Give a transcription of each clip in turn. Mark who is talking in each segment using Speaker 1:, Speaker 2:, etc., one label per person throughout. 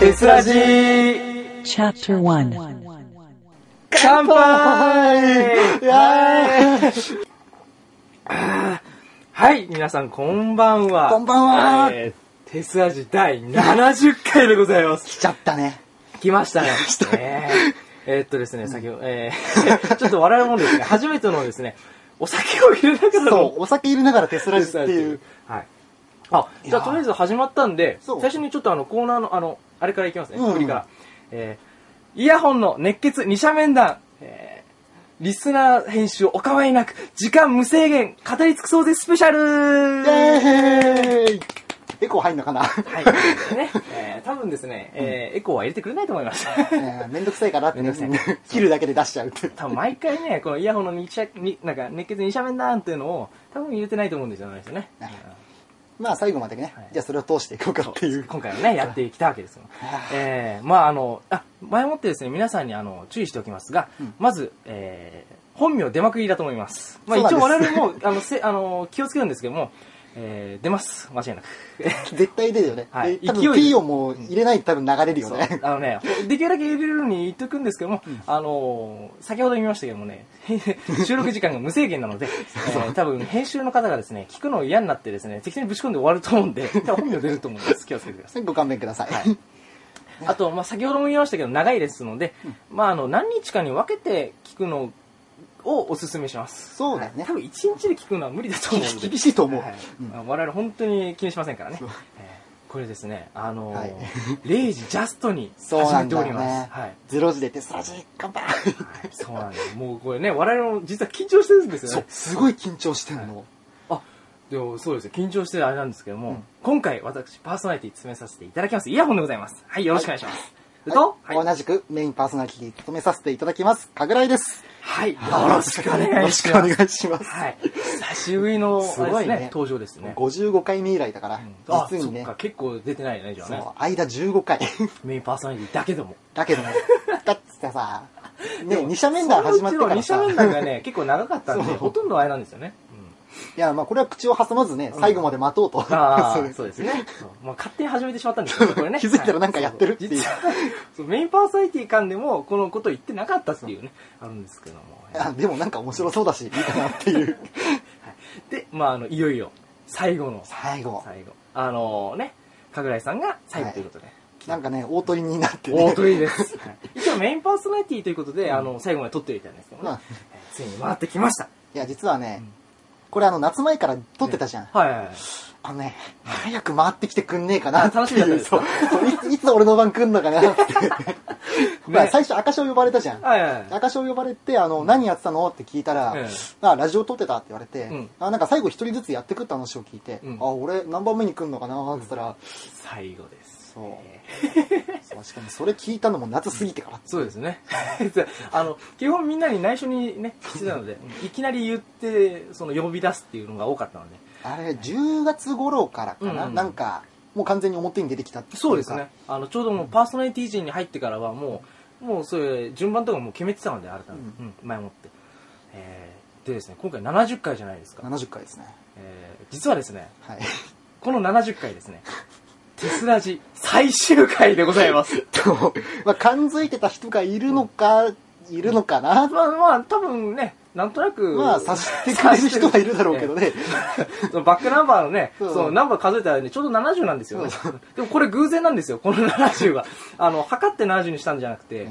Speaker 1: シスラジー
Speaker 2: Chapter 1
Speaker 1: 乾杯はい、皆さんこんばんは。
Speaker 3: こんばんは
Speaker 1: えーテス味第70回でございます。
Speaker 3: 来ちゃったね。
Speaker 1: 来ましたね。えーえーっとですね、先ほど、えー ちょっと笑うもんですね、初めてのですね、お酒を入れながらの
Speaker 3: そう、お酒入れながらテスラジっていう。。
Speaker 1: はい。あ、じゃ
Speaker 3: や
Speaker 1: あ
Speaker 3: ー
Speaker 1: とりあえず始まったんで、
Speaker 3: そ
Speaker 1: 最
Speaker 3: う
Speaker 1: 初にちょっとあのコーナーの、あの、あれからいきますね、
Speaker 3: うんうん
Speaker 1: 振りから。えーイヤホンの熱血二者面談、えーリスナー編集お構いなく、時間無制限、語り尽くそうぜスペシャル
Speaker 3: イェーイエコー入んのかな、
Speaker 1: はい。ね、えー多分ですね、えーエコーは入れてくれないと思います。
Speaker 3: えーめんどくせえからって、
Speaker 1: めん
Speaker 3: ね
Speaker 1: どくせ、
Speaker 3: 切るだけで出しちゃうって。
Speaker 1: 多分毎回ね、このイヤホンの二者、になんか熱血二者面談っていうのを、多分入れてないと思うんですよね。
Speaker 3: はいまあ最後までね、
Speaker 1: はい
Speaker 3: じゃあそれを通していこうかっていう。
Speaker 1: 今回はね、やってきたわけですよ。えー、まああの、あ、前もってですね、皆さんにあの、注意しておきますが、まず、えー、本名出まくりだと思います。まあ
Speaker 3: そうなん
Speaker 1: 一
Speaker 3: で
Speaker 1: 応
Speaker 3: す
Speaker 1: 我々も、あの、せ、あの、気をつけるんですけども、えー、出ます。間違い なく。
Speaker 3: 絶対出るよね。
Speaker 1: はい
Speaker 3: で多
Speaker 1: 勢い
Speaker 3: 分
Speaker 1: で
Speaker 3: P をもう入れないと多分流れるよ
Speaker 1: そう
Speaker 3: ね。
Speaker 1: あのね、できるだけ入れるように言っとくんですけども、あのー先ほど言いましたけどもね、 収録時間が無制限なので、えー多分編集の方がですね、聞くの嫌になってですね、適当にぶち込んで終わると思うんで、多 分本名出ると思うんです。気をつけてください。
Speaker 3: ご勘弁ください。
Speaker 1: あと、まあ、先ほども言いましたけど、長いですので、まあ、あの、何日かに分けて聞くのをお勧めします。
Speaker 3: そうだね
Speaker 1: はい多分一日で聞くのは無理だと思うので。
Speaker 3: 厳しいと思う
Speaker 1: はい
Speaker 3: うん
Speaker 1: 我々本当に気にしませんからね。えーこれですね、あのー
Speaker 3: はい
Speaker 1: 0時ジャストに
Speaker 3: そう
Speaker 1: 始
Speaker 3: な
Speaker 1: め
Speaker 3: ん
Speaker 1: て
Speaker 3: だ
Speaker 1: お
Speaker 3: よ
Speaker 1: ります。
Speaker 3: ね
Speaker 1: はい。。
Speaker 3: ゼロ時でテスラジ乾杯
Speaker 1: そうなんです。もうこれね、我々も実は緊張してるんですよ
Speaker 3: そう
Speaker 1: ね、。
Speaker 3: すごい緊張してんの。
Speaker 1: あ、でもそうですよ。緊張してるあれなんですけども、今回私パーソナリティ務めさせていただきます。イヤホンでございます。はい、よろしくお願いします。それと、
Speaker 3: はい同じくメインパーソナリティ務めさせていただきます、かぐらいです。
Speaker 1: はい、よろしくお願いします。
Speaker 3: よろしくお願いします。
Speaker 1: はい。久しぶりの、
Speaker 3: す
Speaker 1: あれ
Speaker 3: ご
Speaker 1: で
Speaker 3: い
Speaker 1: す
Speaker 3: ね
Speaker 1: ね、登場ですね。
Speaker 3: 55回目以来だから、
Speaker 1: あ、
Speaker 3: 実に
Speaker 1: そっ
Speaker 3: ね
Speaker 1: か、結構出てないよね、じゃあ
Speaker 3: そ
Speaker 1: ね。
Speaker 3: う間15回
Speaker 1: メインパーソナリティだけども。
Speaker 3: だけどねだっ てさ
Speaker 1: で
Speaker 3: ね
Speaker 1: も
Speaker 3: 二者面談始まってから
Speaker 1: そ
Speaker 3: さ
Speaker 1: のうちの二者面談がね、結構長かったんで、
Speaker 3: そう
Speaker 1: ほとんどあれなんですよね。
Speaker 3: いやまあこれは口を挟まずね最後まで待とうと、
Speaker 1: うん、あ
Speaker 3: そう
Speaker 1: あ、そうですね。そうまあ、勝手に始めてしまったんですけど、これね。
Speaker 3: 気づいたらなんかやってるっていう
Speaker 1: はそう実はそうメインパーソナリティ間でも、このことを言ってなかったっていうね、あるんですけども。
Speaker 3: あでもなんか面白そうだしいいかなって いう
Speaker 1: で、まあ、あの、いよいよ、最後の、
Speaker 3: 最後
Speaker 1: 最後。あのね、かぐらいさんが最後ということで。
Speaker 3: なんかね大鳥になってね
Speaker 1: 大鳥です。 一応メインパーソナリティということで、あの、最後まで撮っていたんですけどね
Speaker 3: まあ。
Speaker 1: えーついに回ってきました。
Speaker 3: いや実はね、これあの夏前から撮ってたじゃん、
Speaker 1: はいはいはい。
Speaker 3: あのね早く回ってきてくんねえかなってい
Speaker 1: あ
Speaker 3: う
Speaker 1: 楽しみだったんですか
Speaker 3: そうそういついつ俺の番来んのかなって まあ最初赤潮呼ばれたじゃん
Speaker 1: はいはいはい。
Speaker 3: 赤章呼ばれて、あの、何やってたのって聞いたら、
Speaker 1: ええ
Speaker 3: あラジオ撮ってたって言われて、
Speaker 1: うん
Speaker 3: あなんか最後一人ずつやってくって話を聞いて、
Speaker 1: うん
Speaker 3: あ、俺何番目に来るのかなって言ったら、
Speaker 1: 最後です。
Speaker 3: そう
Speaker 1: えー
Speaker 3: そうしかもそれ聞いたのも夏過ぎてから。
Speaker 1: そうですね。 あの、基本みんなに内緒にね、してたので、いきなり言って、その呼び出すっていうのが多かったので。
Speaker 3: あれ、10月頃からかな、
Speaker 1: うん
Speaker 3: なんか、もう完全に表に出てきたっていか
Speaker 1: そうですね。。あの、ちょうどもうパーソナリティ陣に入ってからはもう、もうそれ、順番とかもう決めてたので、改めて。
Speaker 3: う
Speaker 1: うん、前もって。えーでですね、今回70回じゃないですか。
Speaker 3: 70回ですね。
Speaker 1: えー実はですね、
Speaker 3: はい。
Speaker 1: この70回ですね、テスラジ最終回でござい ます。
Speaker 3: と、まあ、感づいてた人がいるのか、いるのかな、
Speaker 1: まあまあ、多分ね、なんとなく、
Speaker 3: まあ、察してくれる人はいるだろうけどね。
Speaker 1: そのバックナンバーのね、
Speaker 3: そう
Speaker 1: そのナンバー数えたらね、ちょうど70なんですよね。でもこれ偶然なんですよ、この70は。あの、測って70にしたんじゃなくて、
Speaker 3: うん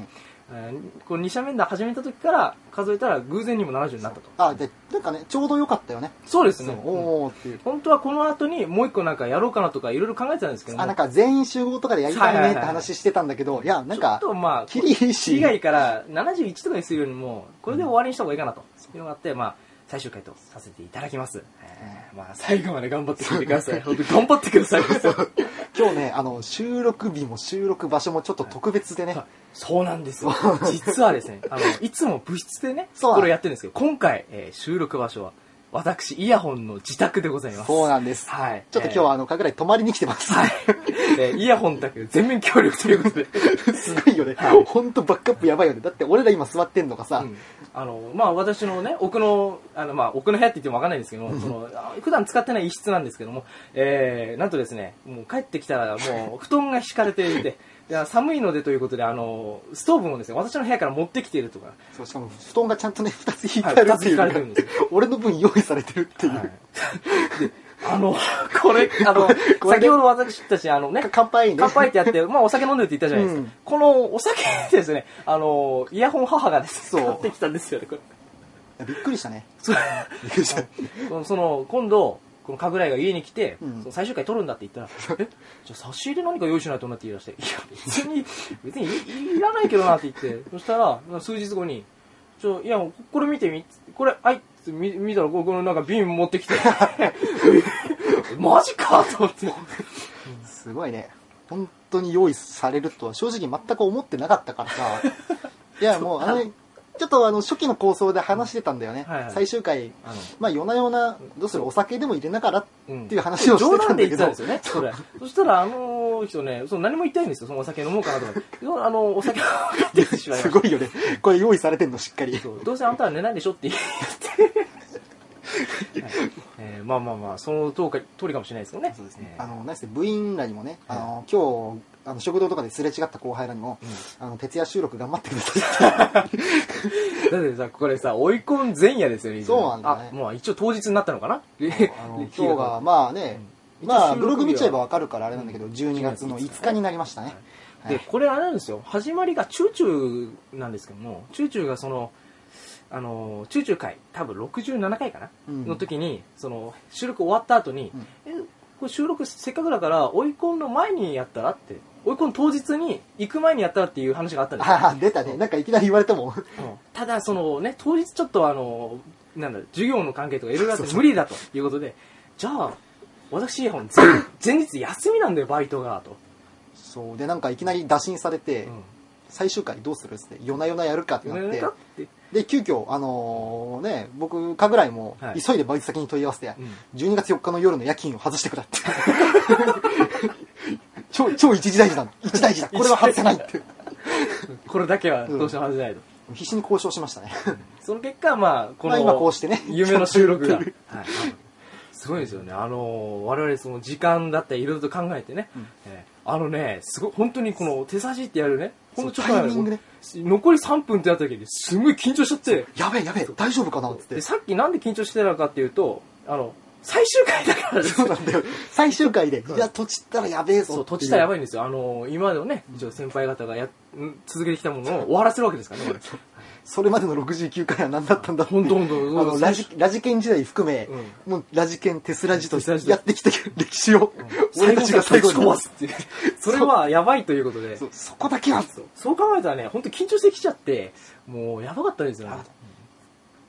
Speaker 1: えーこの二者面談始めた時から数えたら偶然にも70になったと。
Speaker 3: あ、で、なんかね、ちょうど良かったよね。
Speaker 1: そうです
Speaker 3: そう
Speaker 1: ね。うん
Speaker 3: おーっていう。
Speaker 1: 本当はこの後にもう一個なんかやろうかなとかいろいろ考えてたんですけども
Speaker 3: あ、なんか全員集合とかでやりたいねって話してたんだけど、いや、なん
Speaker 1: ちょっ
Speaker 3: か、
Speaker 1: とまあ、
Speaker 3: キリいい
Speaker 1: 以
Speaker 3: し、
Speaker 1: 外から71とかにするよりも、これで終わりにした方がいいかなというのがあって、まあ、最終回とさせていただきます。えーまあ、最後まで頑張ってくれてくだ さい。本当に頑張ってください。
Speaker 3: 今日ね、あの、収録日も収録場所もちょっと特別でね、
Speaker 1: そうなんですよ。実はですね、あの、いつも部室でね、
Speaker 3: そうな
Speaker 1: こ
Speaker 3: の
Speaker 1: れをやってるんですけど、今回、えー収録場所は、私、イヤホンの自宅でございます。
Speaker 3: そうなんです。
Speaker 1: はい。
Speaker 3: ちょっと今日は、あの、かぐらい泊まりに来てます。
Speaker 1: えー、はい。えーイヤホンだけで全面協力ということで。
Speaker 3: すごいよね。ほんとバックアップやばいよね。だって俺ら今座ってんのがさ、
Speaker 1: うんあのまあ、私のね奥のあの、まあ、奥の部屋って言っても分かんないんですけどもそのあ普段使ってない一室なんですけども、えーなんとですねもう帰ってきたらもう布団が敷かれていていや寒いのでということで、あの、ストーブもですね、私の部屋から持ってきているとか、
Speaker 3: そうしかも布団がちゃんとね2つ引いてあるっていうの
Speaker 1: はい二つ引かれてるんですよ
Speaker 3: 俺の分用意されてるっていう、
Speaker 1: あの、これ、あの、
Speaker 3: これで
Speaker 1: 先ほど私たち、あのね、
Speaker 3: 乾杯ね
Speaker 1: 乾杯ってや って、まあお酒飲んでるって言ったじゃないですか。
Speaker 3: うん
Speaker 1: このお酒ですね、あの、イヤホン母がですね、
Speaker 3: そう
Speaker 1: 買ってきたんですよね、これ。
Speaker 3: びっくりしたね
Speaker 1: そう
Speaker 3: びっくりした
Speaker 1: そのその今度この神楽井が家に来て、
Speaker 3: うん
Speaker 1: その最終回撮るんだって言ったら「えじゃあ差し入れ何か用意しないとな」って言い出して「いや別に別にいいらないけどな」って言ってそしたら数日後に「ちょいやここれ見てみ」これはい」って見見たらここのなんか瓶持ってきて マジかと思って
Speaker 3: すごいね本当に用意されるとは正直全く思ってなかったか らさいやもうあのちょっとあの初期の構想で話してたんだよね、
Speaker 1: はいはい
Speaker 3: 最終回
Speaker 1: あの
Speaker 3: まあ夜な夜などうするお酒でも入れながらって
Speaker 1: うん
Speaker 3: いう話をして
Speaker 1: 冗
Speaker 3: た
Speaker 1: 談
Speaker 3: んだ
Speaker 1: で
Speaker 3: け
Speaker 1: 言って
Speaker 3: ど、
Speaker 1: たんですよね、それ。そしたら、あの人ね、その何も言ってないんですよ、そのお酒飲もうかなとか。 あの、お酒を買ってきてしまいました
Speaker 3: すごいよねこれ用意されてんのしっかり
Speaker 1: そうどうせあんたは寝ないでしょって言 って、はいえーまあまあまあその通りか通りかもしれないですけどね
Speaker 3: そうですね
Speaker 1: え。ー
Speaker 3: あの、なんせ部員らにもね、あ
Speaker 1: はい
Speaker 3: の、今日、あの、食堂とかですれ違った後輩らにも、あの、徹夜収録頑張ってくださいって。
Speaker 1: だってさこれさ追い込ん前夜ですよね
Speaker 3: そうなんだね
Speaker 1: あもう一応当日になったのかな
Speaker 3: あの今日が、まあね、
Speaker 1: うん
Speaker 3: まあ、
Speaker 1: 一応収録日は
Speaker 3: ブログ見ちゃえばわかるからあれなんだけど、12月の5日になりましたね。は
Speaker 1: で
Speaker 3: い。
Speaker 1: これあれなんですよ始まりがチューチューなんですけどもチューチューがそのあのチューチュー回多分67回かな、
Speaker 3: うん
Speaker 1: の時にその収録終わった後に、えこれ収録せっかくだから追い込んの前にやったらって追い込ん当日に行く前にやったらっていう話があったんですよ
Speaker 3: ああ、出たね。なんかいきなり言われても、
Speaker 1: ただそのね当日ちょっとあのなんだ授業の関係とかいろいろあって無理だということでじゃあ私ほん前 前日休みなんだよバイトがと、
Speaker 3: そう。で、なんかいきなり打診されて、
Speaker 1: うん
Speaker 3: 最終回どうするっつって、夜な夜なやるかってな
Speaker 1: や
Speaker 3: っ
Speaker 1: め
Speaker 3: て
Speaker 1: るか、って
Speaker 3: で、急遽、あのね、僕、かぐらいも
Speaker 1: は、い
Speaker 3: 急いでバイト先に問い合わせて
Speaker 1: うん、
Speaker 3: 12月4日の夜の夜勤を外してくだって。 超、超一時大事だの。一大事 だ。これは外せないって。
Speaker 1: これだけはどうしても外せないと、
Speaker 3: 必死に交渉しましたね。
Speaker 1: その結果まあこ
Speaker 3: まあ今こう
Speaker 1: の
Speaker 3: してね。
Speaker 1: 夢の収録が、
Speaker 3: やっ
Speaker 1: は
Speaker 3: て
Speaker 1: い、すごいですよねあの我々その時間だったりいろいろと考えてね、えーあのねすごい本当にこの手差しってやるねほんのちょっと前まで
Speaker 3: そうタイミングね
Speaker 1: 残り3分ってやった時にすごい緊張しちゃって
Speaker 3: やべえやべえ、大丈夫かなっつって
Speaker 1: で。さっきなんで緊張してたのかっていうとあの最終回だからです
Speaker 3: そうなんだよ。最終回で、いや、閉じたらやべえぞ。
Speaker 1: そう土地たらやば
Speaker 3: い。
Speaker 1: いんですよあの今までのね一応先輩方がやっん続けてきたものを終わらせるわけですからねこれ
Speaker 3: それまでの69回は何だったんだって
Speaker 1: ほんとほんと
Speaker 3: あの、ラジ、ラジケン時代含め、
Speaker 1: う
Speaker 3: もうラジケン、テスラジと
Speaker 1: テスラジと
Speaker 3: やってきた歴史を、俺たちが最後に
Speaker 1: 最後までぶち壊すっていうそれはやばいということで
Speaker 3: そうそこだけは、
Speaker 1: そうそう考えたらね本当緊張してきちゃってもうやばかったですよね
Speaker 3: やばかった
Speaker 1: う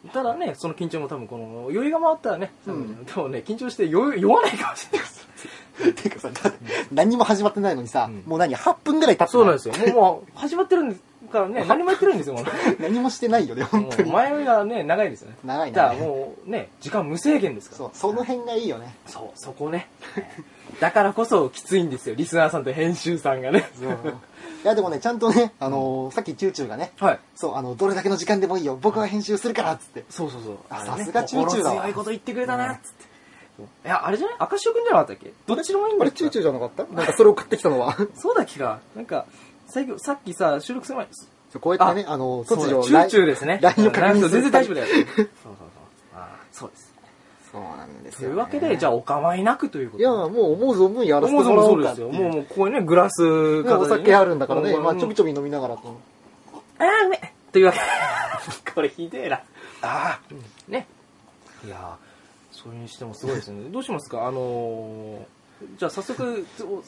Speaker 1: んただねその緊張も多分この余裕が回ったらね、多分
Speaker 3: うん
Speaker 1: でもね緊張して酔い酔わないかもしれないです
Speaker 3: ていうかさ、だ何にも始まってないのにさ、
Speaker 1: うん
Speaker 3: もう何、8分ぐらい経って
Speaker 1: そうなんですよもうもう始まってるんですから ね何もやってるんですよもう
Speaker 3: 何もしてないよね、本当
Speaker 1: もう
Speaker 3: に。
Speaker 1: 前髪がね長いですよね
Speaker 3: 長い
Speaker 1: じゃあ
Speaker 3: な。
Speaker 1: もうね時間無制限ですから
Speaker 3: そう、その辺がいいよね。
Speaker 1: そうそこねだからこそきついんですよリスナーさんと編集さんがね
Speaker 3: いや、でもね、ちゃんとね、あのーさっきチューチューがね、
Speaker 1: はい
Speaker 3: そう、あの、どれだけの時間でもいいよ、僕が編集するから、っつって。
Speaker 1: そうそうそう
Speaker 3: あ
Speaker 1: れね
Speaker 3: さすがチューチューだわ
Speaker 1: 心強いこと言ってくれたなっつって、いやあれじゃない赤潮くんじゃなかったっけどっちでもいいんだよ
Speaker 3: ューじゃなかったなんかそれ送ってきたのは。
Speaker 1: そうだっけかなんか最近さっきさ収録する前に
Speaker 3: こうやってね、あのー突如、
Speaker 1: チューチューですね
Speaker 3: LINE を確認する
Speaker 1: 全然大 丈夫だよそうそうそうあーそうです
Speaker 3: そうなんです
Speaker 1: とい
Speaker 3: よ、
Speaker 1: うわけでじゃあお構いなくということ
Speaker 3: い
Speaker 1: で
Speaker 3: や、もう思う存分やらせて
Speaker 1: もう
Speaker 3: もらお
Speaker 1: そう
Speaker 3: う
Speaker 1: で
Speaker 3: かっ
Speaker 1: す
Speaker 3: てい
Speaker 1: よ。も
Speaker 3: う。
Speaker 1: う、もうこういうね、グラス
Speaker 3: ねお酒あるんだからね、まあ、ちょび
Speaker 1: び
Speaker 3: ちょび飲みながらと。
Speaker 1: ああ、うめえというわけで これひでえな。
Speaker 3: ああ、
Speaker 1: ね。いやーそれにしてもすごいですね。どうしますかあのー、じゃあ早速、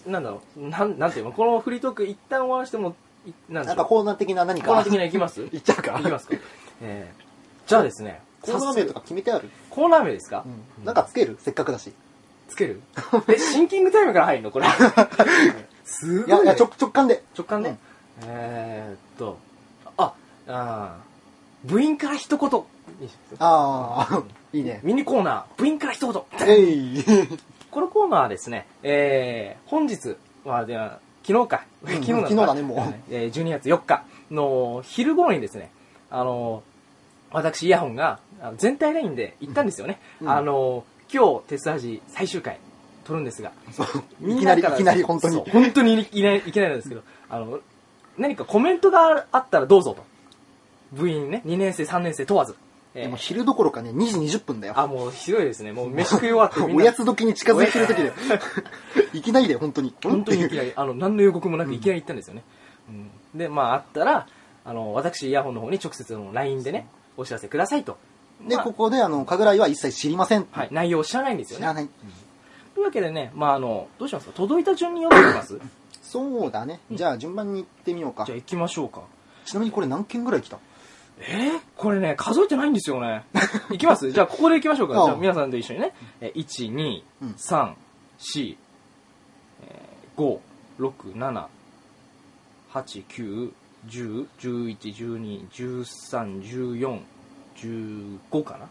Speaker 1: おなんだろう、なん、なんていうのこのフリートーク一旦終わらしても、いなん
Speaker 3: な
Speaker 1: だ
Speaker 3: んか
Speaker 1: ろ
Speaker 3: コーナー的な何
Speaker 1: う。
Speaker 3: か。
Speaker 1: コーナー的ないきますい
Speaker 3: いっちゃうか。
Speaker 1: きますか。えー、じゃあですね、
Speaker 3: コーナー名と
Speaker 1: か。
Speaker 3: か決めてある、
Speaker 1: コーナー名ですか、
Speaker 3: なんかつけるせっかくだし。
Speaker 1: つけ るえ、シンキングタイムから入るのこれ。すごい、
Speaker 3: い
Speaker 1: ね。
Speaker 3: や、いや直直感で。
Speaker 1: 直感ね、えー、っとああー部員から一言
Speaker 3: ああ、 いいね。
Speaker 1: ミニコーナー部員から一言
Speaker 3: えい。
Speaker 1: このコーナーはですね、えー、本日はでは昨日か 昨
Speaker 3: ん
Speaker 1: 日なのか
Speaker 3: 昨日だねもう
Speaker 1: はいえー12月4日の昼頃にですねあの私イヤホンがあの全体ラインで行ったんですよね、
Speaker 3: うん
Speaker 1: あの今日テスラジ最終回撮るんですが、
Speaker 3: いきなり、
Speaker 1: みん
Speaker 3: い
Speaker 1: から
Speaker 3: きなり本当に
Speaker 1: そう。本当にいないいきなりなんですけど、あの、何かコメントがあったらどうぞと。部員ね、2年生、3年生問わず。えー
Speaker 3: でも昼どころかね、2時20分だよ。
Speaker 1: あ、もうひどいですね。もう飯食い終わ ってみん
Speaker 3: お
Speaker 1: な。
Speaker 3: やつ時に近づいてる時だよ。いきなりだよ、本当に。
Speaker 1: 本当にいき
Speaker 3: い。
Speaker 1: なり、あの、何の予告もなくいきなり行ったんですよね。うんで、まあ、あったら、あの、私、イヤホンの方に直接の LINE でね、お知らせくださいと。
Speaker 3: で、
Speaker 1: まあ
Speaker 3: ここで、あの、かぐらいは一切知りません。
Speaker 1: はい、内容を知らないんですよ
Speaker 3: 知
Speaker 1: ね
Speaker 3: ら。ない。
Speaker 1: というわけでね、まあ、あの、どうしますか届いた順に読んでみます
Speaker 3: そうだね。じゃあ、順番に行ってみようか
Speaker 1: じゃ。あ行きましょうか。
Speaker 3: ちなみにこれ何件ぐらい来た
Speaker 1: えーこれね、数えてないんですよね。 行きますじゃあ、ここで行きましょうか。
Speaker 3: ああ
Speaker 1: じゃあ、皆さんと一緒にね。えー、1、2、
Speaker 3: うん
Speaker 1: 3、4、えー5、6、7、8、9、10、11、12、13、14、15かな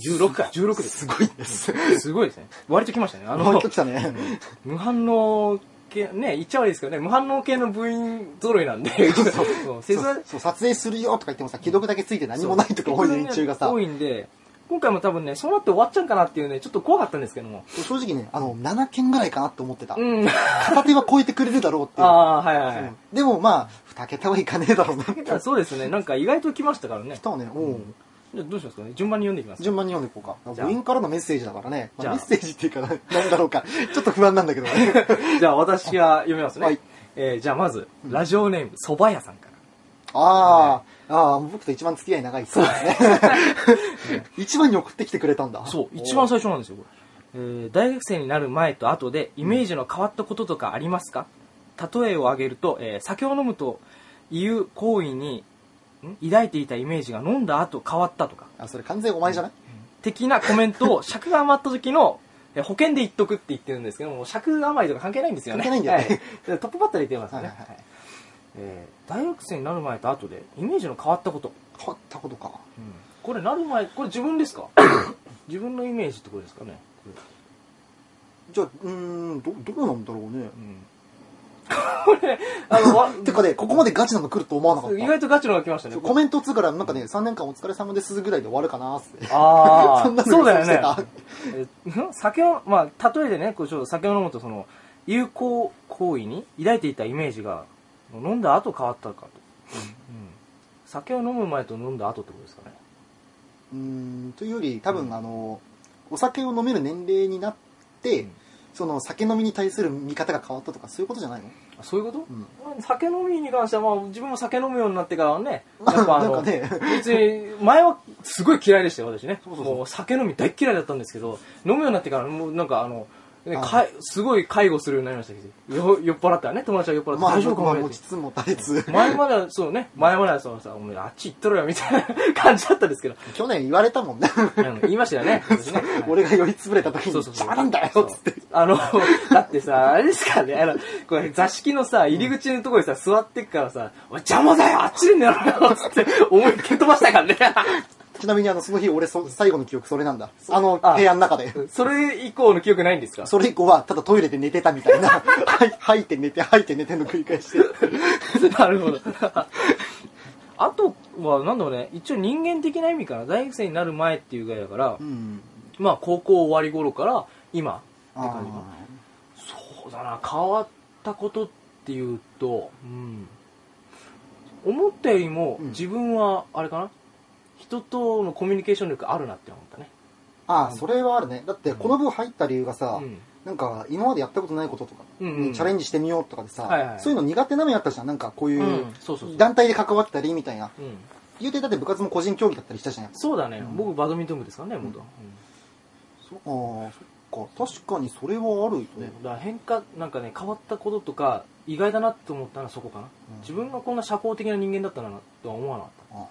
Speaker 1: ?16 か、16です。
Speaker 3: すごいです。
Speaker 1: すごいですね。割と来ましたね。あ
Speaker 3: もう
Speaker 1: の
Speaker 3: 一、来たね。
Speaker 1: 無反応系、ね、言っちゃ悪いですけどね、無反応系の部員揃いなんで、 そうせざ
Speaker 3: そう、撮影するよとか言ってもさ、既読だけついて何もないとか多い連中がさ
Speaker 1: 多、いんで、今回も多分ね、そうなって終わっちゃうかなっていうね、ちょっと怖かったんですけども。
Speaker 3: 正直ね、あの、7件ぐらいかなって思ってた
Speaker 1: う。ん。あ
Speaker 3: 片手は超えてくれるだろうっていう。
Speaker 1: あー、はいはいはい。
Speaker 3: うんでもまあ、2桁はいかねえ だろうな。
Speaker 1: だからそうですね、なんか意外と来ましたからね。
Speaker 3: ただね、おう
Speaker 1: じゃあどうしますかね、順番に読んでいきます。
Speaker 3: 順番に読んでいこう
Speaker 1: じ
Speaker 3: か。
Speaker 1: ゃあ
Speaker 3: 部員からのメッセージだからね。まあ
Speaker 1: じゃあ
Speaker 3: メッセージっていうかな、なんだろ うか。ちょっと不安なんだけどね。
Speaker 1: じゃあ私が読みますね。
Speaker 3: はい
Speaker 1: えーじゃあまず、ラジオネーム、蕎麦屋さんから。
Speaker 3: ああ、ああ、僕と一番付き合い長い人です ね。一番に送ってきてくれたんだ。
Speaker 1: そう、
Speaker 3: お
Speaker 1: 一番最初なんですよ、これ。えー大学生になる前と後でイメージの変わったこととかありますか例えを挙げると、えー酒を飲むという行為にん抱いていたイメージが飲んだ後変わったとか、
Speaker 3: あ、それ完全お前じゃない
Speaker 1: 的なコメントを尺が余った時の、えー保険で言っとくって言ってるんですけども、尺が余りとか関係ないんですよね。
Speaker 3: 関係ないんだよね
Speaker 1: はいトップバッターで言ってますよね。
Speaker 3: はいはいはい
Speaker 1: はいえー大学生になる前と後でイメージの変わったこと。
Speaker 3: 変わったことか。
Speaker 1: これなる前、これ自分 ですか自分のイメージってことですかね。
Speaker 3: じゃあ、うーん、ど、どうなんだろうね。
Speaker 1: これ、あの、 わ
Speaker 3: てかね、ここまでガチなの来ると思わなかっ
Speaker 1: 意
Speaker 3: た。
Speaker 1: 外とガチのが来ましたね。
Speaker 3: コメントつうから、なんかね、3年間お疲れ様ですぐらいで終わるかなーって。
Speaker 1: ああ、
Speaker 3: そんなの
Speaker 1: そうだよ
Speaker 3: して
Speaker 1: ね
Speaker 3: た。
Speaker 1: えん酒を、まあ、例えでね、こうちょっと酒を飲むと、その、有効行為に抱いていたイメージが、飲んだ後変わったかと。うん酒を飲む前と飲んだ後ってことですかね。
Speaker 3: うーんというより多分、あのお酒を飲める年齢になって、
Speaker 1: うん
Speaker 3: その酒飲みに対する見方が変わったとかそういうことじゃないの
Speaker 1: あそういうこと、
Speaker 3: ん
Speaker 1: まあ酒飲みに関しては、まあ、自分も酒飲むようになってからはね、やっぱあ
Speaker 3: なん
Speaker 1: の、
Speaker 3: かね
Speaker 1: 別に前はすごい嫌いでしたよ私ね
Speaker 3: そうそうそう
Speaker 1: もう酒飲み大嫌いだったんですけど飲むようになってからもうなんかあのね
Speaker 3: あ
Speaker 1: かいすごい介護するようになりましたけどよ酔っ払ったらね友達は酔っ払って、
Speaker 3: まあ
Speaker 1: 大丈
Speaker 3: 僕
Speaker 1: 夫か
Speaker 3: は
Speaker 1: も
Speaker 3: 持
Speaker 1: ね
Speaker 3: ちつ持たれつ
Speaker 1: 前まではそうね前まではそうさお前あっち行っとろよみたいな感じだったんですけど
Speaker 3: 去年言われたもんね
Speaker 1: うん言いましたよね私ねはい
Speaker 3: 俺が酔いつぶれた時に
Speaker 1: そう
Speaker 3: 「
Speaker 1: そうそう
Speaker 3: 邪魔なんだよ」っつって
Speaker 1: そうあの、だってさ、あれですからね、あの、これ座敷のさ、入り口のところにさ、座ってっからさ、おい邪魔だよ、あっちで寝ろよ、つって、思いっきり蹴飛ばしたからね。
Speaker 3: ちなみにあのその日俺そ最後の記憶それなんだあの
Speaker 1: あ
Speaker 3: 部屋の中で
Speaker 1: それ以降の記憶ないんですか
Speaker 3: それ以降はただトイレで寝てたみたいな はい吐いて寝て吐いて寝ての繰り返しで
Speaker 1: なるほど。あとは、なんだろうね、一応人間的な意味かな。大学生になる前っていうぐらいだから、
Speaker 3: うん
Speaker 1: まあ高校終わり頃から今って
Speaker 3: あ
Speaker 1: 感じかな。そうだな、変わったことっていうと、うん。思ったよりも
Speaker 3: うん
Speaker 1: 自分は、あれかな、人とのコミュニケーション力あるなって思ったね。
Speaker 3: ああそれはあるねだってこの部入った理由がさ、
Speaker 1: うん。
Speaker 3: なんか今までやったことないこととか
Speaker 1: うんうん
Speaker 3: にチャレンジしてみようとかでさ、
Speaker 1: はいはい
Speaker 3: そういうの苦手な面あったじゃんなんかこういううん
Speaker 1: そうそうそう
Speaker 3: 団体で関わってたりみたいな、
Speaker 1: うん。
Speaker 3: 言うてだって部活も個人競技だったりしたじゃん
Speaker 1: そうだね、
Speaker 3: うん
Speaker 1: 僕バドミントン部ですからね、元。うん
Speaker 3: そああそっか確かにそれはあるよね
Speaker 1: だから変化なんかね変わったこととか意外だなって思ったのはそこかな、
Speaker 3: うん
Speaker 1: 自分がこんな社交的な人間だったなとは思わなかった、
Speaker 3: あ
Speaker 1: っ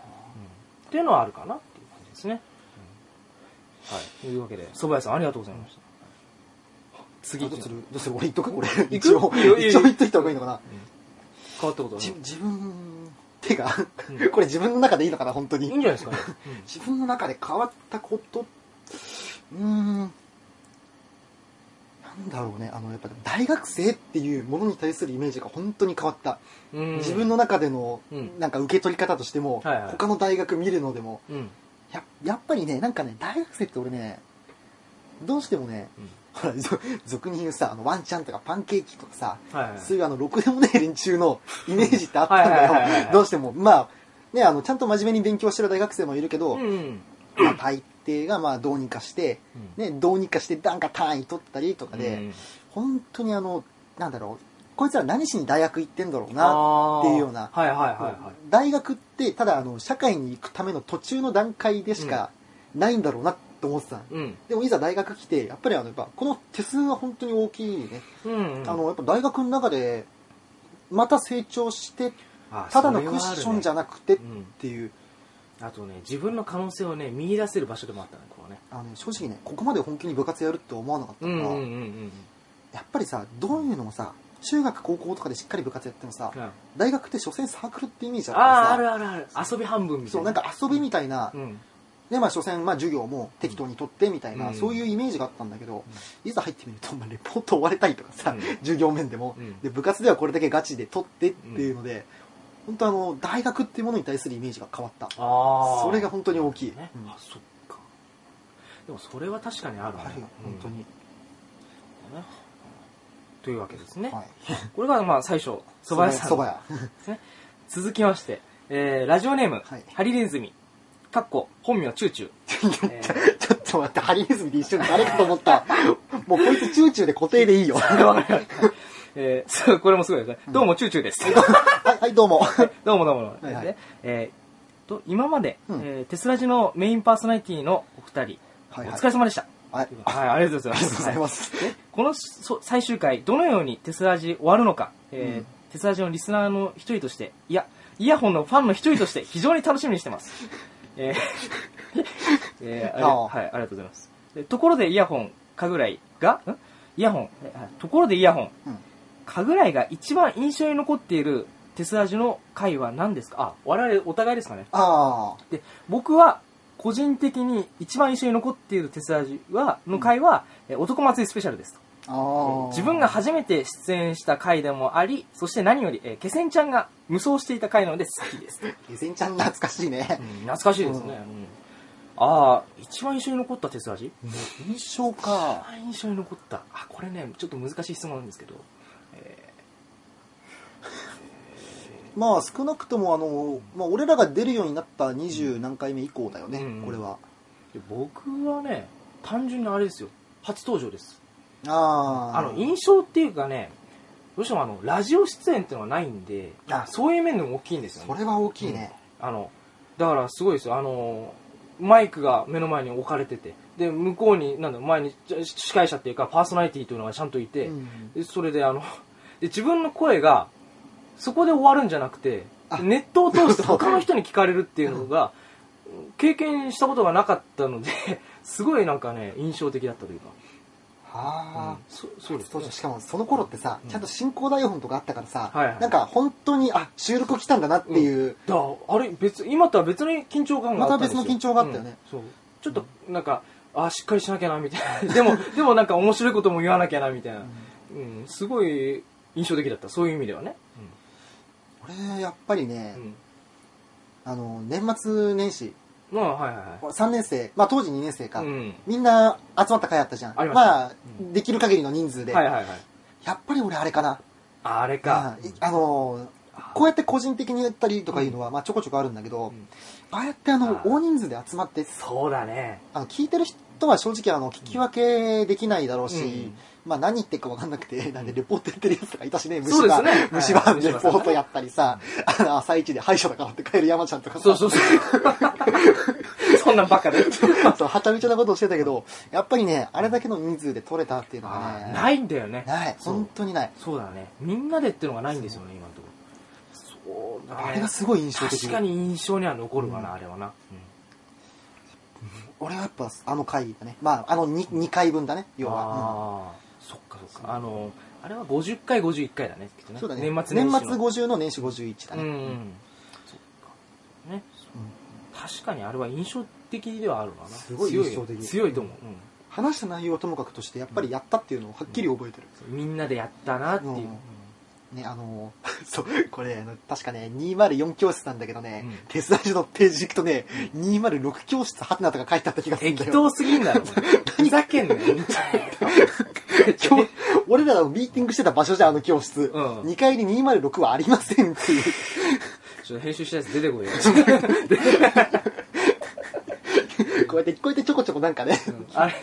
Speaker 1: ていうのはあるかなっていう感じですね、はいというわけで蕎麦屋さんありがとうございました、
Speaker 3: あ
Speaker 1: 次行
Speaker 3: どう
Speaker 1: きまし
Speaker 3: する
Speaker 1: ょう
Speaker 3: どうする俺言っとく俺
Speaker 1: く
Speaker 3: 一応
Speaker 1: いいよいいよ
Speaker 3: 一応言っといた方がいいのかな
Speaker 1: 変わったことは
Speaker 3: じ
Speaker 1: ね
Speaker 3: 自分てかこれ自分の中でいいのかな本当
Speaker 1: い
Speaker 3: に
Speaker 1: いんじゃないですかね、
Speaker 3: 自分の中で変わったことうーんなんだろうねあのやっぱ大学生っていうものに対するイメージが本当に変わった、
Speaker 1: うん
Speaker 3: 自分の中での
Speaker 1: うん
Speaker 3: なんか受け取り方としても、
Speaker 1: はいはい
Speaker 3: 他の大学見るのでも
Speaker 1: うん
Speaker 3: ややっぱりねなんかね大学生って俺ねどうしてもね、
Speaker 1: うん
Speaker 3: ほらぞ俗に言うさあのワンちゃんとかパンケーキとかさ、
Speaker 1: はいはい
Speaker 3: そういうあのろくでもねえ連中のイメージってあったん
Speaker 1: はいはいはい
Speaker 3: だ
Speaker 1: は
Speaker 3: よ
Speaker 1: い
Speaker 3: どうしてもまあねあのちゃんと真面目に勉強してる大学生もいるけど、
Speaker 1: うん。
Speaker 3: まあ、大抵がまあどうにかして、ね、どうにかしてなんか単位取ったりとかで、
Speaker 1: うん
Speaker 3: 本当にあのなんだろうこいつら何しに大学行ってんだろうな
Speaker 1: あ
Speaker 3: っていうような
Speaker 1: ーはいはいはいはい。
Speaker 3: 大学ってただあの社会に行くための途中の段階でしかないんだろうなと思ってたの、
Speaker 1: うん。
Speaker 3: でもいざ大学来てやっぱりあのやっぱこの手数は本当に大きいね、
Speaker 1: うんうん。
Speaker 3: あのやっぱ大学の中でまた成長して
Speaker 1: あ、
Speaker 3: ただのクッションじゃ
Speaker 1: な
Speaker 3: なくてっ
Speaker 1: うん。
Speaker 3: ていう
Speaker 1: あとね、自分の可能性をね、見出せる場所でもあったね、こうね。
Speaker 3: あのね、正直ねここまで本気に部活やるって思わなかった
Speaker 1: う
Speaker 3: か
Speaker 1: ん
Speaker 3: ら、
Speaker 1: うんうん
Speaker 3: やっぱりさどういうのもさ中学高校とかでしっかり部活やってもさ
Speaker 1: うん。あ
Speaker 3: 大学って所詮サークルってイメージだったから
Speaker 1: あ
Speaker 3: さ
Speaker 1: ー、あるあるある。遊び半分みた
Speaker 3: そ
Speaker 1: いうな。
Speaker 3: なんか遊びみたいな、
Speaker 1: うん。
Speaker 3: でまあ所詮まあ授業も適当に取ってみたいな、
Speaker 1: うん
Speaker 3: そういうイメージがあったんだけど、いざ入ってみると、まあ、レポート終われたりとかさ、
Speaker 1: うん
Speaker 3: 授業面でも、
Speaker 1: うん
Speaker 3: で部活ではこれだけガチで取ってっていうので、本当あの大学っていうものに対するイメージが変わった
Speaker 1: ああ。
Speaker 3: それが本当に大きい、
Speaker 1: ね
Speaker 3: うん
Speaker 1: あ、そっか。でもそれは確かにあるね
Speaker 3: あるよ本当。
Speaker 1: うん
Speaker 3: に、
Speaker 1: ねというわけですね。
Speaker 3: はい
Speaker 1: これがまあ最初、蕎麦屋さん
Speaker 3: そ
Speaker 1: の
Speaker 3: ば屋
Speaker 1: 続きまして、えーラジオネーム、
Speaker 3: はい
Speaker 1: ハリネズミ、かっこ、本名、チューチュー。えー
Speaker 3: ちょっと待ってハリネズミで一緒に誰かと思ったもうこいつチューチューで固定でいいよ はい
Speaker 1: えーそうこれもすごいですね。どうも、チューチューです。
Speaker 3: はいどうも
Speaker 1: どうもどうも。
Speaker 3: はいはい
Speaker 1: でえーと今まで、
Speaker 3: うん
Speaker 1: えーテスラジのメインパーソナリティのお二人、
Speaker 3: はい
Speaker 1: お
Speaker 3: はい
Speaker 1: 疲れ様でした。
Speaker 3: はい
Speaker 1: はい、ありがとうござい
Speaker 3: あ
Speaker 1: ま
Speaker 3: りがとう
Speaker 1: す。
Speaker 3: ございます、
Speaker 1: このそ最終回、どのようにテスラジ終わるのか、えー
Speaker 3: うん
Speaker 1: テスラジのリスナーの一人として、いや、イヤホンのファンの一人として非常に楽しみにしてます。えー えーあり
Speaker 3: ああ
Speaker 1: はい、ありがとうございます。でところでイヤホン、かぐらいが、んイヤホン、えあところでイヤホン、
Speaker 3: うん
Speaker 1: かぐらいが一番印象に残っているテスラジの回は何ですかあ、我々お互いですかね。
Speaker 3: あ
Speaker 1: で僕は個人的に一番印象に残っているテスラジはの回は、えー男祭りスペシャルですと
Speaker 3: あああ
Speaker 1: 自分が初めて出演した回でもありそして何より、えー、気仙ちゃんが無双していた回なので好き です、うん
Speaker 3: ゲセンちゃん懐かしいね、
Speaker 1: 懐かしいですね、うんああ一番印象に残ったテスラジ
Speaker 3: 印象か
Speaker 1: 一番印象に残ったあこれねちょっと難しい質問なんですけど、え
Speaker 3: まあ少なくともあの、まあ、俺らが出るようになった20何回目以降だよね、
Speaker 1: うん
Speaker 3: これは
Speaker 1: ー僕はね単純にあれですよ初登場です
Speaker 3: ああ
Speaker 1: あの印象っていうかねどうしてもあのラジオ出演っていうのはないんで
Speaker 3: あ
Speaker 1: そういう面でも大きいんですよ
Speaker 3: そ
Speaker 1: ね
Speaker 3: れは大きいね、
Speaker 1: あのだからすごいですよあのマイクが目の前に置かれててで向こうになんだ前にちょ司会者っていうかパーソナリティというのがちゃんといて、
Speaker 3: うん
Speaker 1: でそれであので自分の声がそこで終わるんじゃなくて
Speaker 3: あ
Speaker 1: ネットを通して
Speaker 3: そう
Speaker 1: 他の人に聞かれるっていうのが経験したことがなかったのですごいなんかね印象的だったというか、
Speaker 3: ああ、
Speaker 1: そそうです
Speaker 3: そ
Speaker 1: ね
Speaker 3: うそうしかもその頃ってさ、
Speaker 1: うん
Speaker 3: ちゃんと進行台本とかあったからさ、
Speaker 1: はいはい
Speaker 3: なんか本当にあ収録来たんだなっていう、
Speaker 1: だあれ別今とは別に緊張感があったんですよ
Speaker 3: また別の緊張があったよね、
Speaker 1: うんそうちょっとなんか、あしっかりしなきゃなみたいなで もでもなんか面白いことも言わなきゃなみたいな、うんすごい印象的だったそういう意味ではね、
Speaker 3: 俺やっぱりね
Speaker 1: う、ん
Speaker 3: あの年末年始
Speaker 1: まあはいはいは
Speaker 3: 3年生、まあ、当時2年生か、
Speaker 1: い、うん、
Speaker 3: みんな集まった回あったじゃん
Speaker 1: ありました
Speaker 3: まあ、
Speaker 1: うん
Speaker 3: できる限りの人数で、
Speaker 1: はいはいはい
Speaker 3: やっぱり俺あれかな
Speaker 1: あれか、
Speaker 3: うんいあのこうやって個人的にやったりとかいうのは、まあ、ちょこちょこあるんだけ
Speaker 1: う
Speaker 3: ど、
Speaker 1: ん
Speaker 3: ああやってあの
Speaker 1: あー
Speaker 3: 大人数で集まって
Speaker 1: そうだね
Speaker 3: あの聞いてる人は正直あの聞き分けできないだろうし、
Speaker 1: うん
Speaker 3: まあ、何言ってるか分かんなくて なんでレポートやってるやつとかいたしね虫
Speaker 1: そうです
Speaker 3: 歯、
Speaker 1: ねはい
Speaker 3: 虫歯
Speaker 1: はい
Speaker 3: レポートやったりさ、あの朝一で歯医者だからって帰る山ちゃんとかさ
Speaker 1: そうそう そうそんなんばっかで
Speaker 3: そうはたみちゃなことをしてたけどやっぱりねあれだけの人数で取れたっていうの
Speaker 1: あ
Speaker 3: が
Speaker 1: ー
Speaker 3: ね
Speaker 1: ないんだよね
Speaker 3: ない
Speaker 1: そう
Speaker 3: 本当にない
Speaker 1: そうだねみんなでっていうのがないんですよね今のところそうだね
Speaker 3: あれがすごい印象的
Speaker 1: 確かに印象には残るわな、あれはな、
Speaker 3: 俺はやっぱあの回だねまああの 2, 2回分だね要は、
Speaker 1: ああ、そっかそっかあのあれは50回51回だねきっと
Speaker 3: うん
Speaker 1: ね
Speaker 3: そうだね
Speaker 1: 年末年始の
Speaker 3: 50の年始51だ
Speaker 1: う
Speaker 3: ね、
Speaker 1: ん、うん、そっかね、確かにあれは印象的ではあるわな
Speaker 3: すごい
Speaker 1: 強
Speaker 3: 印象的
Speaker 1: 強いと思う、うん
Speaker 3: 話した内容はともかくとしてやっぱりやったっていうのをはっきり覚えてる、
Speaker 1: そうみんなでやったなっていう、
Speaker 3: うん
Speaker 1: うん
Speaker 3: ねあの そうこれあの確かね204教室なんだけどね、
Speaker 1: うん
Speaker 3: 手伝い所のページ行くとね206教室ハテナとか書いてあった気がするんだ
Speaker 1: 適
Speaker 3: よ
Speaker 1: 当すぎんだろお前ふ ざけんなよ。
Speaker 3: 今日、俺らのミーティングしてた場所じゃん、あの教室。
Speaker 1: うん
Speaker 3: 2階に206はありませんっていう。
Speaker 1: ちょっと編集したやつ出て こいよ。
Speaker 3: こうやって、こうやってちょこちょこなんかね。
Speaker 1: あれ、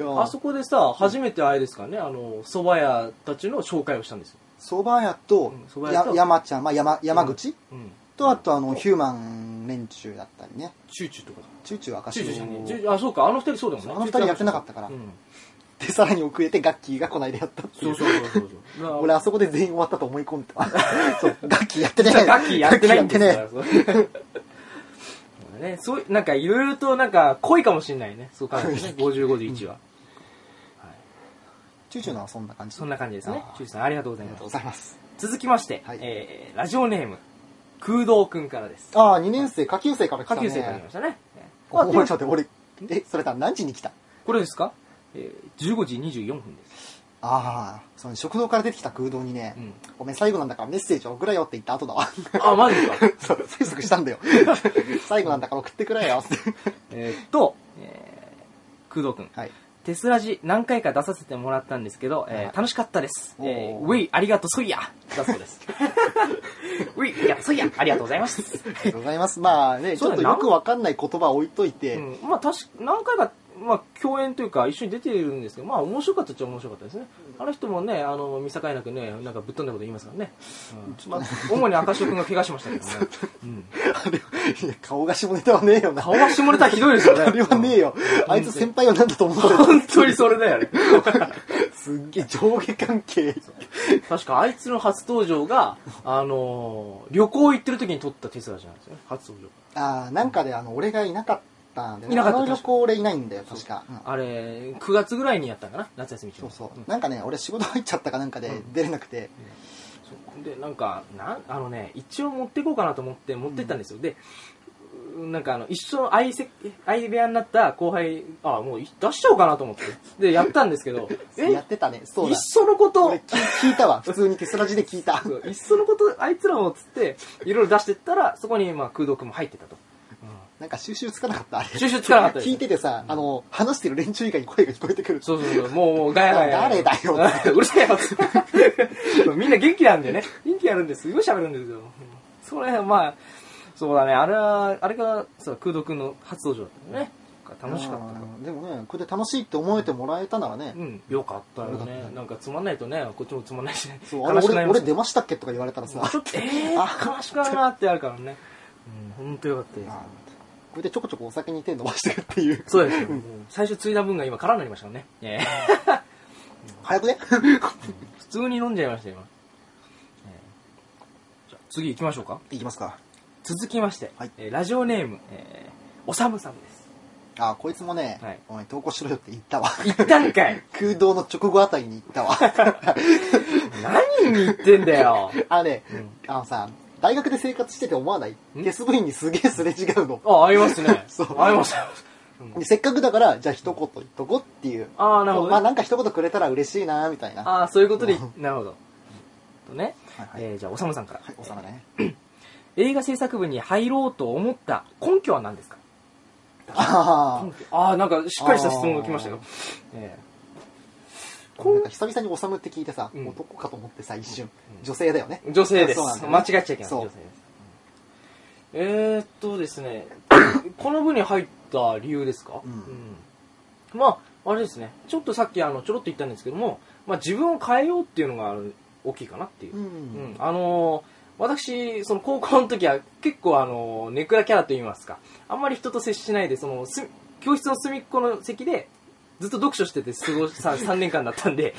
Speaker 1: あそ
Speaker 3: こ。
Speaker 1: こでさ、初めてあれですかね、あの、蕎麦屋たちの紹介をしたんですよ。
Speaker 3: 蕎麦屋
Speaker 1: う
Speaker 3: と
Speaker 1: ん、蕎麦屋
Speaker 3: や
Speaker 1: と
Speaker 3: 山ちゃん、まあ山、山口、
Speaker 1: うん。
Speaker 3: と、あとあの、ヒューマン連中だったりね。
Speaker 1: チューチューとかだ。
Speaker 3: チューチュー赤
Speaker 1: チューチューじゃねえチュー
Speaker 3: で、
Speaker 1: チューあ、そうか、あの二人そうだもんね。
Speaker 3: あの二人やってなかったから
Speaker 1: うん
Speaker 3: さらに遅れてガッキーがこないでやったってい
Speaker 1: そうう。そうそうそうそう。
Speaker 3: 俺、あそこで全員終わったと思い込んでた。そう、ガッキーやってね
Speaker 1: じゃあガッキーやってないんです
Speaker 3: ガ
Speaker 1: か
Speaker 3: ッキーや
Speaker 1: ら
Speaker 3: ってね。
Speaker 1: そうね、そう なんかいろいろとなんか濃いかもしれないね。そう考えるとね。55で1は。
Speaker 3: チューチューのはそんな感じ。
Speaker 1: そんな感じですね
Speaker 3: あ。ー
Speaker 1: チューチューさんありがとうござ
Speaker 3: あ
Speaker 1: い
Speaker 3: りがと
Speaker 1: ま
Speaker 3: うご
Speaker 1: す。
Speaker 3: ざいます。
Speaker 1: 続きまして、
Speaker 3: はい
Speaker 1: えーラジオネーム、空洞くんからです。
Speaker 3: ああ、2年生、下級生から来た
Speaker 1: 下
Speaker 3: ね。
Speaker 1: 級生から来ましたね。
Speaker 3: お
Speaker 1: あ
Speaker 3: お
Speaker 1: で
Speaker 3: いちょっと待って、俺、え、それさ、何時に来た
Speaker 1: これですか、えー、?15 時24分です。
Speaker 3: ああ、その食堂から出てきた空洞にね、
Speaker 1: うん
Speaker 3: おめえ最後なんだからメッセージ送れよって言った後だわ。
Speaker 1: あ、マジですか
Speaker 3: そう、催促した んだよ。最後なんだから送ってくれよって。
Speaker 1: えーっと、えー、空洞くん。
Speaker 3: はい。
Speaker 1: テスラジ何回か出させてもらったんですけど、えー
Speaker 3: はい
Speaker 1: 楽しかったです。えー
Speaker 3: おー
Speaker 1: ウェイ、ありがとう、ソイヤだそう です。ウェイ、いや、ソイヤありがとうございます。
Speaker 3: ありがとうございます。まあね、ち
Speaker 1: そう
Speaker 3: ょっ
Speaker 1: だ
Speaker 3: と
Speaker 1: ね
Speaker 3: よくわかんない言葉置いといて、
Speaker 1: うん、まあ、確か、何回か、まあ、共演というか、一緒に出てるんですけど、まあ、面白かったっちゃ面白かったですね。あの人もね、あの、見境なくね、なんかぶっ飛んだこと言いますからね。うん、まあ、主に赤潮くんが怪我しましたけど ね。うん。
Speaker 3: あれいや顔が下ネタはねえよな。
Speaker 1: 顔が下ネタひどいですよね。
Speaker 3: あれはねえよ。あいつ先輩は何だと思ってる
Speaker 1: 本当にそれだよね。
Speaker 3: すっげえ上下関係。
Speaker 1: 確かあいつの初登場が、あのー旅行行ってる時に撮ったテスラじゃないですよね。初登場。
Speaker 3: ああ、なんかであの、俺がいなかったんで、
Speaker 1: いなかった
Speaker 3: あの旅行俺いないんだよ、確か。うん
Speaker 1: あれ、9月ぐらいにやったんかな夏休み中
Speaker 3: そうそう、
Speaker 1: ん
Speaker 3: なんかね俺仕事入っちゃったかなんかで出れなくて、
Speaker 1: そうでなんかなんあのね一応持っていこうかなと思って持ってったんですよ、でうなんかあの一緒相席相部屋になった後輩あもうい出しちゃおうかなと思ってでやったんですけ どえ
Speaker 3: やってたねそう
Speaker 1: 一
Speaker 3: だ
Speaker 1: 緒のこと
Speaker 3: 俺聞聞いたわ普通にテスラジで聞いた
Speaker 1: そういっそのことあいつらもっつっていろいろ出してったらそこにまあ空洞君も入って たと、
Speaker 3: なんか収集つかなかったあれ
Speaker 1: 収集つかなかったです
Speaker 3: 聞いててさ、あの話してる連中以外に声が聞こえてくる
Speaker 1: そうそうそうもうもうガヤガヤ
Speaker 3: 誰だよ
Speaker 1: うるせえよみんな元気なんでね元気あるんですごい喋るんですよそれまあそうだねあれはあれがそう空洞君の初登場だったよね楽しかったな
Speaker 3: うんでもねこれで楽しいって思えてもらえたならね、
Speaker 1: うん、よかったよ
Speaker 3: よかった
Speaker 1: ね
Speaker 3: ね
Speaker 1: なんかつまんないとねこっちもつまんないしね
Speaker 3: そうあれ
Speaker 1: しく
Speaker 3: 俺
Speaker 1: ま
Speaker 3: 俺
Speaker 1: すね
Speaker 3: 出ましたっけとか言われたらさ、
Speaker 1: ちょっと えー、悲しくなるなってあるからねうん本当よかったです
Speaker 3: あこれでちょこちょこお酒に手伸ばしてるっていう
Speaker 1: そうですよ、もう最初ついだ分が今空になりましたもんねええ
Speaker 3: 早 くね
Speaker 1: 普通に飲んじゃいました今、ええじゃあ次行きましょうか
Speaker 3: いきますか
Speaker 1: 続きまして、
Speaker 3: はい
Speaker 1: えーラジオネーム、えー、おさむさんです
Speaker 3: あこいつもね、
Speaker 1: はい
Speaker 3: お前投稿しろよって言ったわ
Speaker 1: 行ったん かい
Speaker 3: 空洞の直後あたりに行ったわ
Speaker 1: 何に言ってんだよ
Speaker 3: あれ、
Speaker 1: うん
Speaker 3: あのさ、大学で生活してて思わないゲス部員にすげえすれ違うの。
Speaker 1: ああります ね
Speaker 3: そう
Speaker 1: あります
Speaker 3: でせっかくだから、じゃあ一言言っとこうっていう。
Speaker 1: ああなるほど、ね
Speaker 3: まあなんか一言くれたら嬉しいなみたいな。は
Speaker 1: ああそういうことでなるほどとね、
Speaker 3: いはい。
Speaker 1: えーじゃあおさむさんから、
Speaker 3: はい、おさらね。
Speaker 1: 映画制作部に入ろうと思った根拠は何ですか
Speaker 3: あ
Speaker 1: 根拠ああなんかしっかりした質問が来ましたよ、え
Speaker 3: あ、なんか久々におさむって聞いてさ、
Speaker 1: うん
Speaker 3: 男かと思ってさ、一瞬
Speaker 1: う。ん
Speaker 3: 女性だよね。
Speaker 1: ー女性です、
Speaker 3: そうなんだよね
Speaker 1: 間違っちゃいけない女性
Speaker 3: そう
Speaker 1: ですうんえー、っとですねこの部に入った理由ですか、
Speaker 3: うん
Speaker 1: うんまああれですねちょっとさっきあのちょろっと言ったんですけども、まあ、自分を変えようっていうのがある大きいかなっていう
Speaker 3: うん。
Speaker 1: うん、あのー私、その高校の時は結構あのーネクラキャラと言いますか、あんまり人と接しないで、その、す教室の隅っこの席で、ずっと読書してて過ご した3年間だったんで、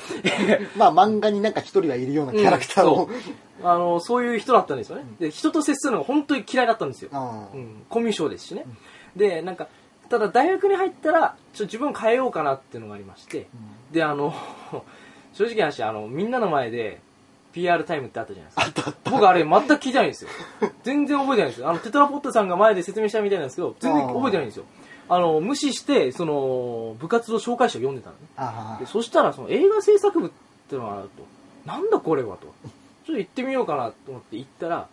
Speaker 3: まあ漫画になんか一人はいるようなキャラクターを。
Speaker 1: うんあのーそういう人だったんですよね。で、人と接するのが本当に嫌いだったんですよ。
Speaker 3: あー
Speaker 1: うん、コミュ障ですしね。で、なんか、ただ大学に入ったら、ちょっと自分を変えようかなっていうのがありまして、で、あの、 正直な話、あの、みんなの前で、PR タイムってあったじゃないですか。僕あれ全く聞いてないんですよ。全然覚えてないんですよ。あの、テトラポットさんが前で説明したみたいなんですけど、全然覚えてないんですよ。あの、無視して、その、部活の紹介書を読んでたのね。
Speaker 3: あ
Speaker 1: で
Speaker 3: ー。
Speaker 1: そしたら、その映画制作部ってのがあると、なんだこれはと、ちょっと行ってみようかなと思って行ったら、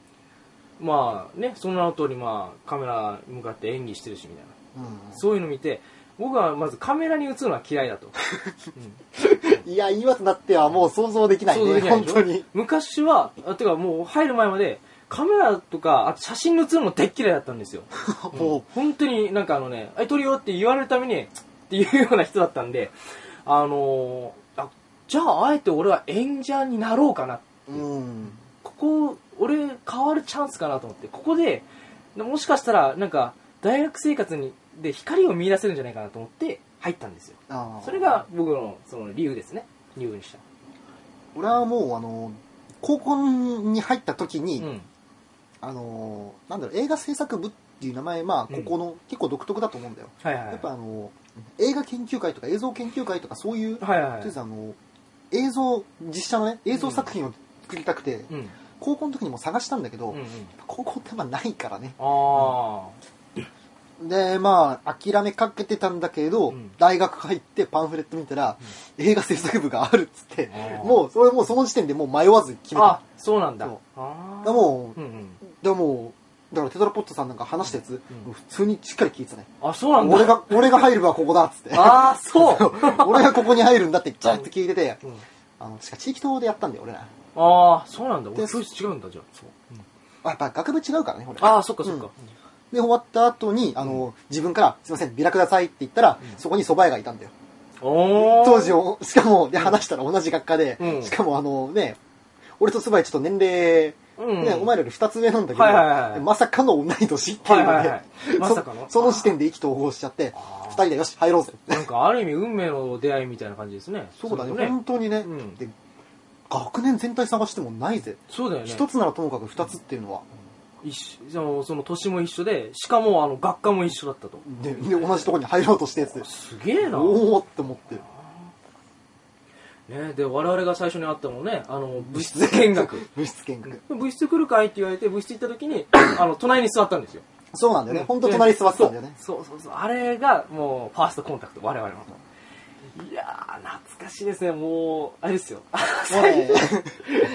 Speaker 1: まあね、その名の通り、まあ、カメラに向かって演技してるし、みたいな。
Speaker 3: うん。
Speaker 1: そういうの見て、僕はまずカメラに映るのは嫌いだと。
Speaker 3: いや、今となってはもう想像できない
Speaker 1: 想像
Speaker 3: ね、
Speaker 1: できない
Speaker 3: 本
Speaker 1: でしょ
Speaker 3: 当に。
Speaker 1: 昔は、あてかもう入る前まで、カメラとか、あと写真に映るの大っ嫌いだったんですよ。
Speaker 3: も
Speaker 1: 本当になんかあのね、あ、撮るよって言われるために、つっていうような人だったんで、あのーあ、じゃああえて俺は演者になろうかな。
Speaker 3: う、うん。
Speaker 1: ここ、俺変わるチャンスかなと思って、ここで、もしかしたらなんか、大学生活に、で光を見出せるんじゃないかなと思って入ったんですよ。
Speaker 3: あー
Speaker 1: それが僕のその理由ですね。入部にした。
Speaker 3: 俺はもう、あの、高校に入った時に、
Speaker 1: うん。
Speaker 3: あの、なんだろう、映画制作部っていう名前、まあ、
Speaker 1: う
Speaker 3: こ
Speaker 1: ん
Speaker 3: この、結構独特だと思うんだよ。
Speaker 1: はいはいはい。
Speaker 3: やっぱあの、映画研究会とか映像研究会とかそういう、
Speaker 1: はいはいは
Speaker 3: とりあえ
Speaker 1: い。
Speaker 3: ずあの、映像、実写のね、映像作品を作りたくて、
Speaker 1: うん。
Speaker 3: 高校の時にも探したんだけど、
Speaker 1: うんうん。
Speaker 3: 高校ってまあないからね。
Speaker 1: あ
Speaker 3: で、まあ、諦めかけてたんだけど、
Speaker 1: うん
Speaker 3: 大学入ってパンフレット見たら、映画制作部があるっつって、
Speaker 1: あー
Speaker 3: もう、それもうその時点でもう迷わず決
Speaker 1: あ。
Speaker 3: めた
Speaker 1: あ。、そうなんだ。
Speaker 3: そう
Speaker 1: あ
Speaker 3: だ
Speaker 1: あ。
Speaker 3: からも
Speaker 1: うんうん。
Speaker 3: う、でもう、だからテトラポットさんなんか話したやつ、
Speaker 1: うん
Speaker 3: 普通にしっかり聞いてたね。
Speaker 1: あ、そうなんだ。
Speaker 3: 俺が、俺が入ればここだっつって。
Speaker 1: ああ、 そう。
Speaker 3: 俺がここに入るんだってちゃんと聞いてて、
Speaker 1: うん
Speaker 3: あの、しか地域党でやったんだよ、俺ら。
Speaker 1: ああ、そうなんだ。
Speaker 3: で
Speaker 1: 俺、教室違うんだ、じゃあ。そう
Speaker 3: あやっぱ学部違うからね、俺。
Speaker 1: ああ、そっかそっか。
Speaker 3: で、終わった後に、あの、自分から、すいません、ビラくださいって言ったら、そこに蕎麦屋がいたんだよ。
Speaker 1: おお。
Speaker 3: 当時を、しかも、で、話したら同じ学科で、
Speaker 1: うん
Speaker 3: しかもあのね、俺と蕎麦屋ちょっと年齢、
Speaker 1: うん
Speaker 3: ね、お前らより二つ上なんだけど、
Speaker 1: はいはいはいはい
Speaker 3: まさかの同い年っていうので、
Speaker 1: はいはいはい
Speaker 3: そ
Speaker 1: まさかの
Speaker 3: その時点で意気投合しちゃって
Speaker 1: あ、ー
Speaker 3: 二人でよし、入ろうぜ。
Speaker 1: なんか、ある意味、運命の出会いみたいな感じですね。
Speaker 3: そうだね、
Speaker 1: れと
Speaker 3: 本当にね、
Speaker 1: うん
Speaker 3: で、学年全体探してもないぜ。
Speaker 1: そうだよね。
Speaker 3: 一つならともかく二つっていうのは、
Speaker 1: 一緒その、その、年も一緒で、しかも、あの、学科も一緒だったと。
Speaker 3: で、で同じとこに入ろうとしてやつで、
Speaker 1: すげえな。
Speaker 3: おおって思って。
Speaker 1: ね、で、我々が最初に会ったのね、あの、物質見学。。
Speaker 3: 物質見学。
Speaker 1: 部室来るかいって言われて部室行った時 にあの隣に座ったんですよ
Speaker 3: そうなんだよね。本当隣に座ってたんだよね。
Speaker 1: そうそうそうそうあれがもうファーストコンタクト我々のいやー懐かしいですねもうあれですよ
Speaker 3: もうね、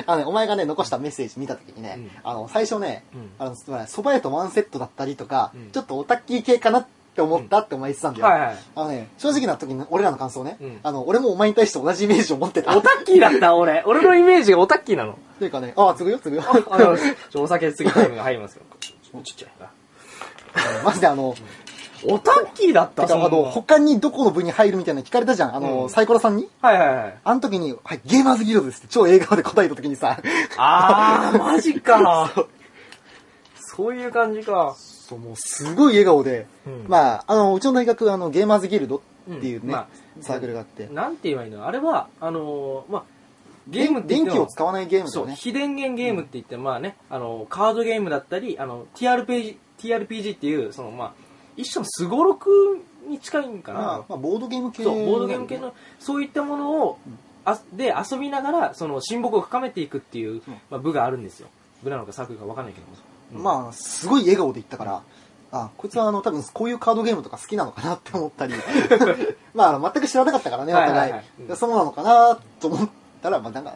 Speaker 3: あのねお 前がね、残したメッセージ見たときにね、
Speaker 1: うん
Speaker 3: あの、最初ね、
Speaker 1: うん
Speaker 3: あの、蕎麦屋とワンセットだったりとか、
Speaker 1: うん
Speaker 3: ちょっとオタッキー系かなって思ったってお前言ってたんだよ。
Speaker 1: はいはい
Speaker 3: あのね、正直な時の俺らの感想ね、
Speaker 1: うん
Speaker 3: あの、俺もお前に対して同じイメージを持ってた。
Speaker 1: オタッキーだった俺俺のイメージがオタッキーなの
Speaker 3: というかね、ああ、継ぐよ、継ぐよ。
Speaker 1: あのちょっとお酒次タイムが入りますよちょちっちゃいな
Speaker 3: マジであの、
Speaker 1: オタッキーだった
Speaker 3: てか
Speaker 1: そんな
Speaker 3: あの、
Speaker 1: の
Speaker 3: 他にどこの部に入るみたいなの聞かれたじゃん。あの、
Speaker 1: うん
Speaker 3: サイコロさんに。
Speaker 1: はいはいはい
Speaker 3: あの時に、はい、ゲーマーズギルドですって超映画で答えた時にさ、
Speaker 1: あーマジ かそういう感じか
Speaker 3: そう、もうすごい笑顔で、
Speaker 1: うん
Speaker 3: まあ、あの、うちの大学、あの、ゲーマーズギルドっていうね、
Speaker 1: うんまあ
Speaker 3: サークルがあって、
Speaker 1: なんて言えばいいのあれはあのーまあゲームって言っ
Speaker 3: 電
Speaker 1: ても
Speaker 3: 気を使わないゲームだ
Speaker 1: そ
Speaker 3: よ
Speaker 1: う、
Speaker 3: ね。
Speaker 1: 非電源ゲームって言って、まあね、あの、カードゲームだったり、あの、TRPG、TRPG っていう、その、まあ、一種のすごろくに近いんかな。
Speaker 3: まあ、まあ、ボードゲーム系
Speaker 1: そう、ボードゲーム系の、そういったものを、あで、遊びながら、その、親睦を深めていくっていう、まあ、部があるんですよ。部なのかサークルかわかんないけども。うん
Speaker 3: まあ、すごい笑顔で言ったから、あ、こいつはあの、多分こういうカードゲームとか好きなのかなって思った り、まああの、全く知らなかったからね、お
Speaker 1: はいは
Speaker 3: 互
Speaker 1: い
Speaker 3: い
Speaker 1: はいうん。
Speaker 3: そうなのかなと思ったら、まあなんか、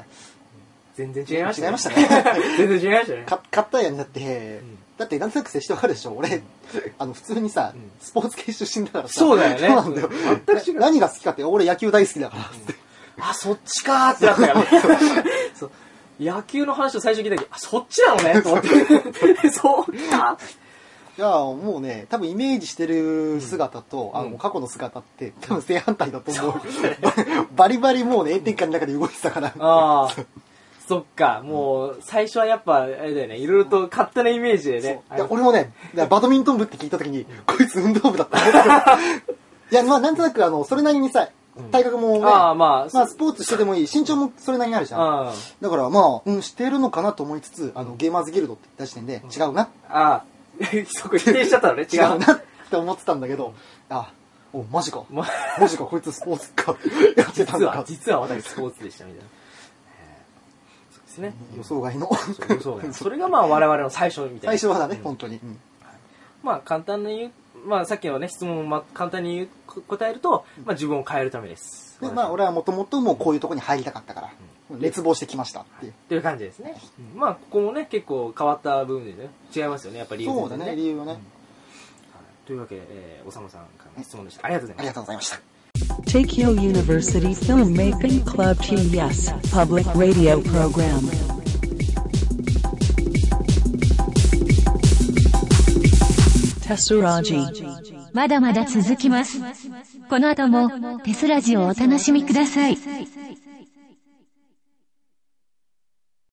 Speaker 1: 全然違いました
Speaker 3: 違いましたね
Speaker 1: 全然違いましたね。
Speaker 3: か買ったやんだって
Speaker 1: うん、
Speaker 3: だってなんとなく接してわかるでしょ、俺、あの、普通にさ
Speaker 1: うん、
Speaker 3: スポーツ系出身だからさ、
Speaker 1: そうだよね
Speaker 3: そうなんだよ。
Speaker 1: 全く違う
Speaker 3: 何が好きかって、俺野球大好きだからっつって。
Speaker 1: あ、そっちかーってなったよね。そう野球の話を最初聞いたけど、あ、そっちなのねと思って。そうか
Speaker 3: いやもうね、多分イメージしてる姿と、あの、過去の姿って、多分正反対だと思う。 バリバリもうね、炎天下の中で動いてたから。
Speaker 1: ああ。そっか、もう、最初はやっぱ、あれだよね、いろいろと勝手なイメージでね。
Speaker 3: いや俺もね、だからバドミントン部って聞いた時に、こいつ運動部だったと思った。 いや、まあ、なんとなく、あの、それなりにさ、体格もね、
Speaker 1: ああ、まあ、
Speaker 3: まあ、
Speaker 1: そ
Speaker 3: スポーツしてでもいい、身長もそれなりにあるじゃん。
Speaker 1: あ
Speaker 3: だから、まあ、うん、してるのかなと思いつつ、あの、ゲーマーズギルドって出してんで、違うな、
Speaker 1: あ、あー そこ否定しちゃったのね、違
Speaker 3: 違
Speaker 1: う
Speaker 3: う。なって思ってたんだけど、あ、お、マジか。
Speaker 1: ま
Speaker 3: マジか、こいつスポーツ か。やってたん
Speaker 1: 実は
Speaker 3: だ、。
Speaker 1: 実は私スポーツでしたみたいな。そうですね。
Speaker 3: 予想外の。
Speaker 1: そう予想外それがまあ我々の最初みたいな。
Speaker 3: 最初はだね、本当に。うん
Speaker 1: まあ簡単に言う、まあさっきのね、質問をま簡単に言うこ答えると、まあ自分を変えるためです。
Speaker 3: で、まあ、俺はもともともうこういうとこに入りたかったから、熱望してきましたっていう。
Speaker 1: という感じですね。うんまあここもね、結構変わった部分でね、違いますよね、やっぱり理由
Speaker 3: そうだね、理由はね。
Speaker 1: というわけで、えー、おさむさんからの質問でした。ありがとうござ
Speaker 3: あ
Speaker 1: い
Speaker 3: り
Speaker 1: ま
Speaker 3: が
Speaker 1: す。
Speaker 3: とうございました。
Speaker 2: Tokyo University Filmmaking Club TES Public Radio Program. Tesseraji.
Speaker 4: まだまだ続きます。この後もテスラジをお楽しみください。